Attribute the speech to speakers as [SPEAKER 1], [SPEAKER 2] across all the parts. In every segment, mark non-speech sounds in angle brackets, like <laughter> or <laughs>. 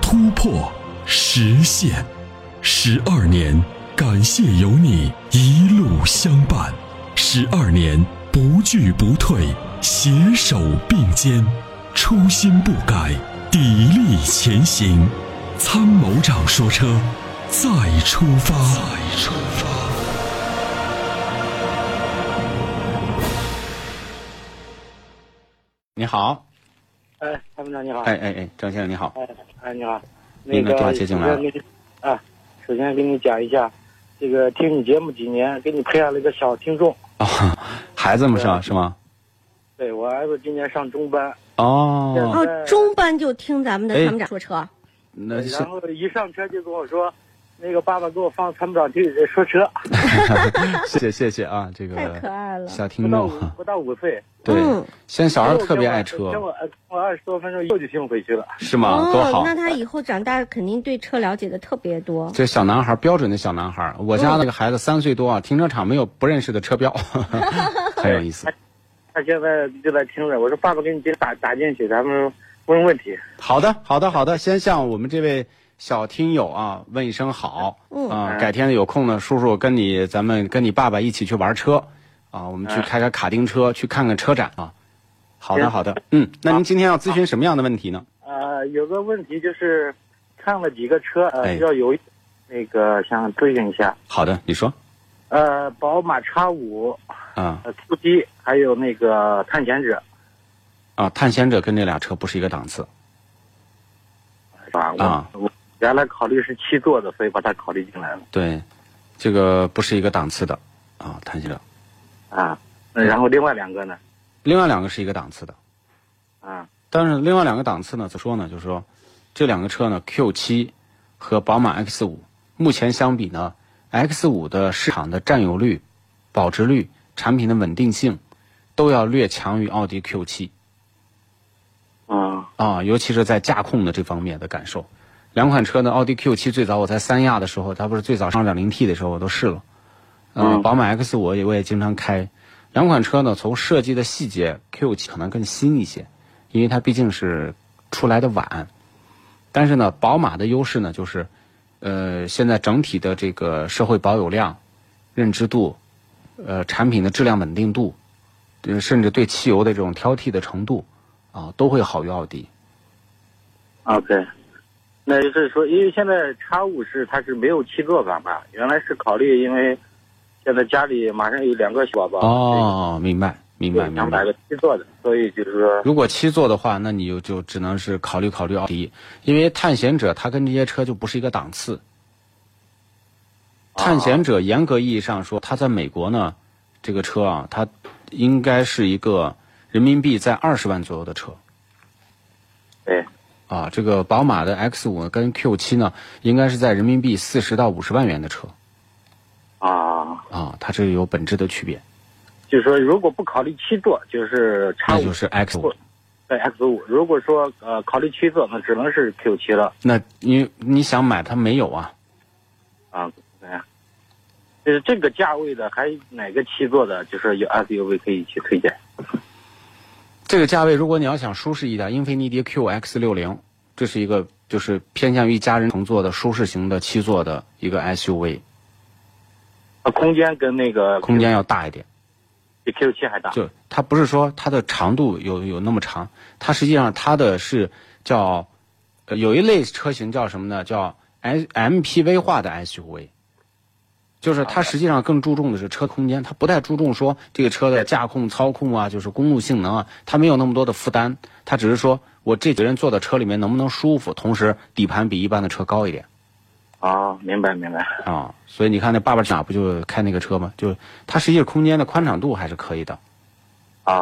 [SPEAKER 1] 突破、实现，十二年，感谢有你一路相伴，十二年不惧不退，携手并肩，初心不改，砥砺前行。”参谋长说：“车，再出发。”再出发。
[SPEAKER 2] 你好，
[SPEAKER 3] 哎，参谋长
[SPEAKER 4] 啊
[SPEAKER 3] 你好。
[SPEAKER 2] 哎哎哎，张先生你好，
[SPEAKER 3] 哎哎，你好。
[SPEAKER 2] 您
[SPEAKER 3] 那
[SPEAKER 2] 把
[SPEAKER 3] 个
[SPEAKER 2] 电话接进来了
[SPEAKER 3] 首先啊，首先跟你讲一下，这个听你节目几年，给你培养了一个小听众。
[SPEAKER 2] 啊、孩子们上是吗？
[SPEAKER 3] 对我儿子今年上中班，
[SPEAKER 2] 哦，
[SPEAKER 3] 哎
[SPEAKER 4] 哦，中班就听咱们的
[SPEAKER 2] 哎
[SPEAKER 4] 参谋长说车，
[SPEAKER 2] 那呃是
[SPEAKER 3] 哎然后一上车就跟我说，那个爸爸给我放参谋长听你这说车，
[SPEAKER 2] 谢 <laughs> 谢谢谢啊，这
[SPEAKER 4] 太可
[SPEAKER 2] 个
[SPEAKER 4] 爱了。
[SPEAKER 2] 小
[SPEAKER 3] 不
[SPEAKER 2] 听
[SPEAKER 3] 到
[SPEAKER 2] 众啊
[SPEAKER 3] 五，不到五岁，
[SPEAKER 2] 对
[SPEAKER 4] 嗯，哎
[SPEAKER 2] 现在嗯哦小孩特别爱
[SPEAKER 3] 听我
[SPEAKER 2] 车，
[SPEAKER 3] 呃听我二十多分钟又就听回去了。
[SPEAKER 2] 是吗？多
[SPEAKER 4] 哦
[SPEAKER 2] 好，！
[SPEAKER 4] 那他以后长大肯定对车了解的特别多。
[SPEAKER 2] 这小男孩标准的小男孩，我
[SPEAKER 4] 嗯
[SPEAKER 2] 家那个孩子三岁多啊，停车场没有不认识的车标， <laughs> 很有意思。
[SPEAKER 3] 他现在就在听着，我说爸爸给你接打打进去，咱们问问题。
[SPEAKER 2] 好的，好的，好的，先向我们这位小听友啊问一声好，
[SPEAKER 4] 嗯
[SPEAKER 2] 啊，改天有空呢，叔叔跟你咱们跟你爸爸一起去玩车，啊，我们去
[SPEAKER 3] 嗯
[SPEAKER 2] 开开卡丁车，去看看车展啊。好的，
[SPEAKER 3] 行
[SPEAKER 2] 好的，嗯，那您今天要咨询什么样的问题呢？
[SPEAKER 3] 呃，有个问题就是，看了几个车，呃，
[SPEAKER 2] 哎
[SPEAKER 3] 比较有意那个想咨询一下。
[SPEAKER 2] 好的，你说
[SPEAKER 3] 呃，宝马叉五、
[SPEAKER 2] 啊
[SPEAKER 3] 呃，速七，还有那个探险者，
[SPEAKER 2] 啊，探险者跟这俩车不是一个档次
[SPEAKER 3] 是吧？我、
[SPEAKER 2] 啊
[SPEAKER 3] 我原来考虑是七座的，所以把它考虑进来了
[SPEAKER 2] 对，这个不是一个档次的啊，探险者，
[SPEAKER 3] 啊。
[SPEAKER 2] 哎
[SPEAKER 3] 那然后另外两个呢？
[SPEAKER 2] 另外两个是一个档次的。
[SPEAKER 3] 啊，
[SPEAKER 2] 但是另外两个档次呢，怎么说呢？就是说，这两个车呢，Q 7和宝马 X 5目前相比呢，X 5的市场的占有率、保值率、产品的稳定性，都要略强于奥迪 Q 7
[SPEAKER 3] 嗯
[SPEAKER 2] 啊，尤其是在驾控的这方面的感受。两款车呢，奥迪 Q 7最早我在三亚的时候，它不是最早上 2.0T 的时候我都试了，嗯，
[SPEAKER 3] 嗯
[SPEAKER 2] 宝马 X 我也我也经常开。两款车呢，从设计的细节，Q 7可能更新一些，因为它毕竟是出来的晚。但是呢，宝马的优势呢，就是，呃，现在整体的这个社会保有量、认知度，呃，产品的质量稳定度，呃甚至对汽油的这种挑剔的程度，啊、都会好于奥迪。
[SPEAKER 3] ，OK。那就是说，因为现在叉五是它是没有七座版吧？原来是考虑，因为现在家里马上有两啊个小宝宝，
[SPEAKER 2] 哦，明白，明白，
[SPEAKER 3] 对，
[SPEAKER 2] 明
[SPEAKER 3] 想买
[SPEAKER 2] 白。
[SPEAKER 3] 个七座的，所以就是说，
[SPEAKER 2] 如果七座的话，那你就就只能是考虑考虑奥迪，因为探险者它跟这些车就不是一个档次。
[SPEAKER 3] 啊
[SPEAKER 2] 探险者严格意义上说，它在美国呢，这个车啊，它应该是一个人民币在二十万左右的车
[SPEAKER 3] 对，
[SPEAKER 2] 啊。这个宝马的 X 五跟 Q 七呢，应该是在人民币四十到五十万元的车
[SPEAKER 3] 啊，
[SPEAKER 2] 啊，它这有本质的区别。
[SPEAKER 3] 就是说如果不考虑七座，就是叉
[SPEAKER 2] 那
[SPEAKER 3] 五
[SPEAKER 2] 就是 X 五
[SPEAKER 3] 不，对 X 五。如果说呃考虑七座，那只能是 Q 七了
[SPEAKER 2] 那你你想买它没有啊？
[SPEAKER 3] 啊。对呀，就是这个价位的，还哪个七座的，就是有 SUV 可以去推荐
[SPEAKER 2] 这个价位，如果你要想舒适一点，英菲尼迪 QX 6 0这是一个就是偏向于一家人乘坐的舒适型的七座的一个 SUV，
[SPEAKER 3] 啊？空间跟那个
[SPEAKER 2] 空间要大一点。
[SPEAKER 3] 比 Q 七还大
[SPEAKER 2] 就它不是说它的长度有有那么长，它实际上它的是叫呃有一类车型叫什么呢？叫 S MPV 化的 SUV，就是它实际上更注重的是车空间，它不太注重说这个车的驾控、操控啊，就是公路性能啊，它没有那么多的负担，它只是说我这几个人坐在车里面能不能舒服，同时底盘比一般的车高一点。
[SPEAKER 3] 啊？明白明白
[SPEAKER 2] 啊，所以你看那《爸爸去哪儿》不就开那个车吗？就它实际上空间的宽敞度还是可以的，
[SPEAKER 3] 啊。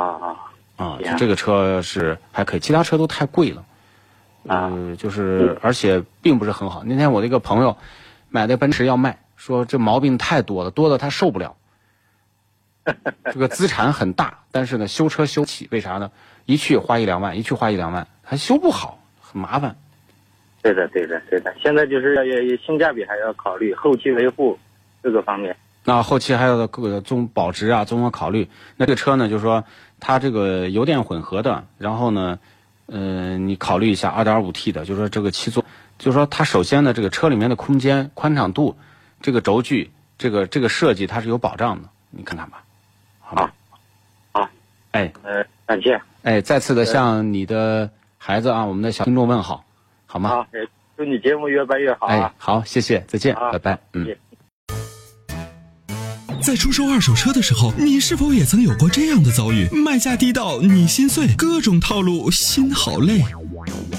[SPEAKER 2] 啊，
[SPEAKER 3] 对
[SPEAKER 2] 就
[SPEAKER 3] 呀
[SPEAKER 2] 这个车是还可以，其他车都太贵了。
[SPEAKER 3] 啊
[SPEAKER 2] 呃，就是而且并不是很好。那天我的一个朋友买的奔驰要卖，说这毛病太多了，多的他受不
[SPEAKER 3] <laughs>
[SPEAKER 2] 了。这个资产很大，但是呢，修车修不起，为啥呢？一去花一两万，一去花一两万，还修不好，很麻烦。
[SPEAKER 3] 对的，对的，对的。现在就是要要性价比还要考虑后期维护这个方面。
[SPEAKER 2] 那后期还有各个综保值啊，综合考虑。那这个车呢，就是说它这个油电混合的，然后呢，呃，你考虑一下 2.5T 的，就是说这个七座，就是说它首先呢，这个车里面的空间、宽敞度、这个轴距、这个这个设计，它是有保障的。你看看吧，好吧？
[SPEAKER 3] 好好
[SPEAKER 2] 哎
[SPEAKER 3] 呃，感谢。
[SPEAKER 2] 哎，再次的向你的孩子啊，我们的小听众问好，好吗？
[SPEAKER 3] 好，啊也祝你节目越办越好
[SPEAKER 2] 哎
[SPEAKER 3] 啊！，
[SPEAKER 2] 好，谢谢，再见，
[SPEAKER 3] 好
[SPEAKER 2] 拜拜，嗯。
[SPEAKER 3] 谢谢
[SPEAKER 1] 在出售二手车的时候，你是否也曾有过这样的遭遇？卖价低到你心碎，各种套路，心好累。